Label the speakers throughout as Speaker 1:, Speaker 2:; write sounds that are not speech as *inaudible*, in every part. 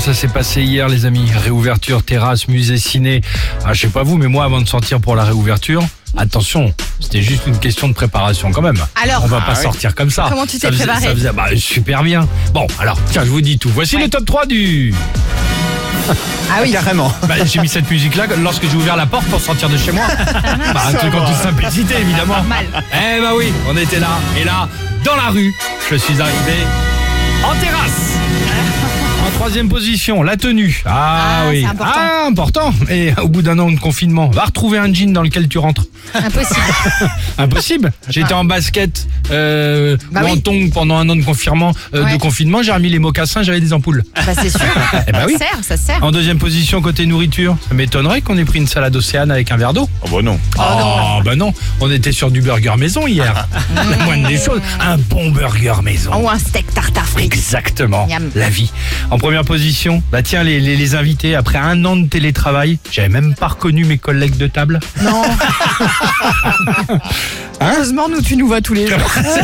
Speaker 1: ça s'est passé hier, les amis. Réouverture, terrasse, musée, ciné. Ah, je sais pas vous, mais moi, avant de sortir pour la réouverture, attention, c'était juste une question de préparation quand même.
Speaker 2: Alors
Speaker 1: on va pas
Speaker 2: Ah oui.
Speaker 1: sortir comme ça.
Speaker 2: Comment tu t'es
Speaker 1: Ça faisait-
Speaker 2: préparé
Speaker 1: Ça faisait bah, super bien. Bon, alors, tiens, je vous dis tout. Voici le top 3 du.
Speaker 2: Ah oui.
Speaker 3: Carrément.
Speaker 1: Bah, j'ai mis cette musique-là lorsque j'ai ouvert la porte pour sortir de
Speaker 2: *laughs*
Speaker 1: chez moi. bah, un truc en toute simplicité, évidemment. Eh bah oui, on était là. Et là, dans la rue, je suis arrivé en terrasse. En troisième position, la tenue. Ah,
Speaker 2: Ah,
Speaker 1: oui.
Speaker 2: c'est important.
Speaker 1: Ah, important. Et au bout d'un an de confinement, va retrouver un jean dans lequel tu rentres.
Speaker 2: Impossible. *laughs*
Speaker 1: Impossible. J'étais en basket euh,
Speaker 2: Bah
Speaker 1: ou en
Speaker 2: oui.
Speaker 1: tongs pendant un an de confinement. euh,
Speaker 2: Ouais.
Speaker 1: De confinement, j'ai remis les mocassins, j'avais des ampoules.
Speaker 2: Bah c'est sûr.
Speaker 1: Eh bah oui.
Speaker 2: Ça sert, ça sert.
Speaker 1: En deuxième position, côté nourriture, ça m'étonnerait qu'on ait pris une salade océane avec un verre d'eau.
Speaker 3: Oh bah non.
Speaker 1: Oh, bah non, on était sur du burger maison
Speaker 2: *laughs*
Speaker 1: hier. La moindre des choses, un bon burger maison.
Speaker 2: Ou un steak tartare frites.
Speaker 1: Exactement,
Speaker 2: Miam.
Speaker 1: la vie. En première position, bah tiens, les, les, les invités, après un an de télétravail, j'avais même pas reconnu mes collègues de table. *laughs*
Speaker 2: Non. Heureusement, nous, tu nous
Speaker 1: *laughs*
Speaker 2: vois tous les jours.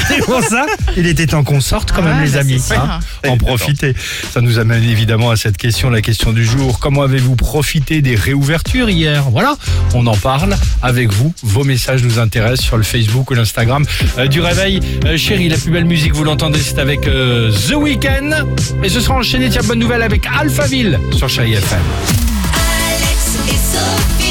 Speaker 1: C'était pour ça Il était temps qu'on sorte quand
Speaker 2: Ah
Speaker 1: même,
Speaker 2: ouais,
Speaker 1: les
Speaker 2: bah,
Speaker 1: amis. Hein.
Speaker 2: c'est sûr.
Speaker 1: en profiter. Ça nous amène évidemment à cette question, la question du jour. Comment avez-vous profité des réouvertures hier Voilà, on en parle avec vous. Vos messages nous intéressent sur le Facebook ou l'Instagram euh, du Réveil. Euh, chérie, la plus belle musique, vous l'entendez, c'est avec euh, The Weeknd. Et ce sera enchaîné, tiens, bonne nouvelle, avec Alphaville sur Chérie FM.
Speaker 4: Alex et Sophie.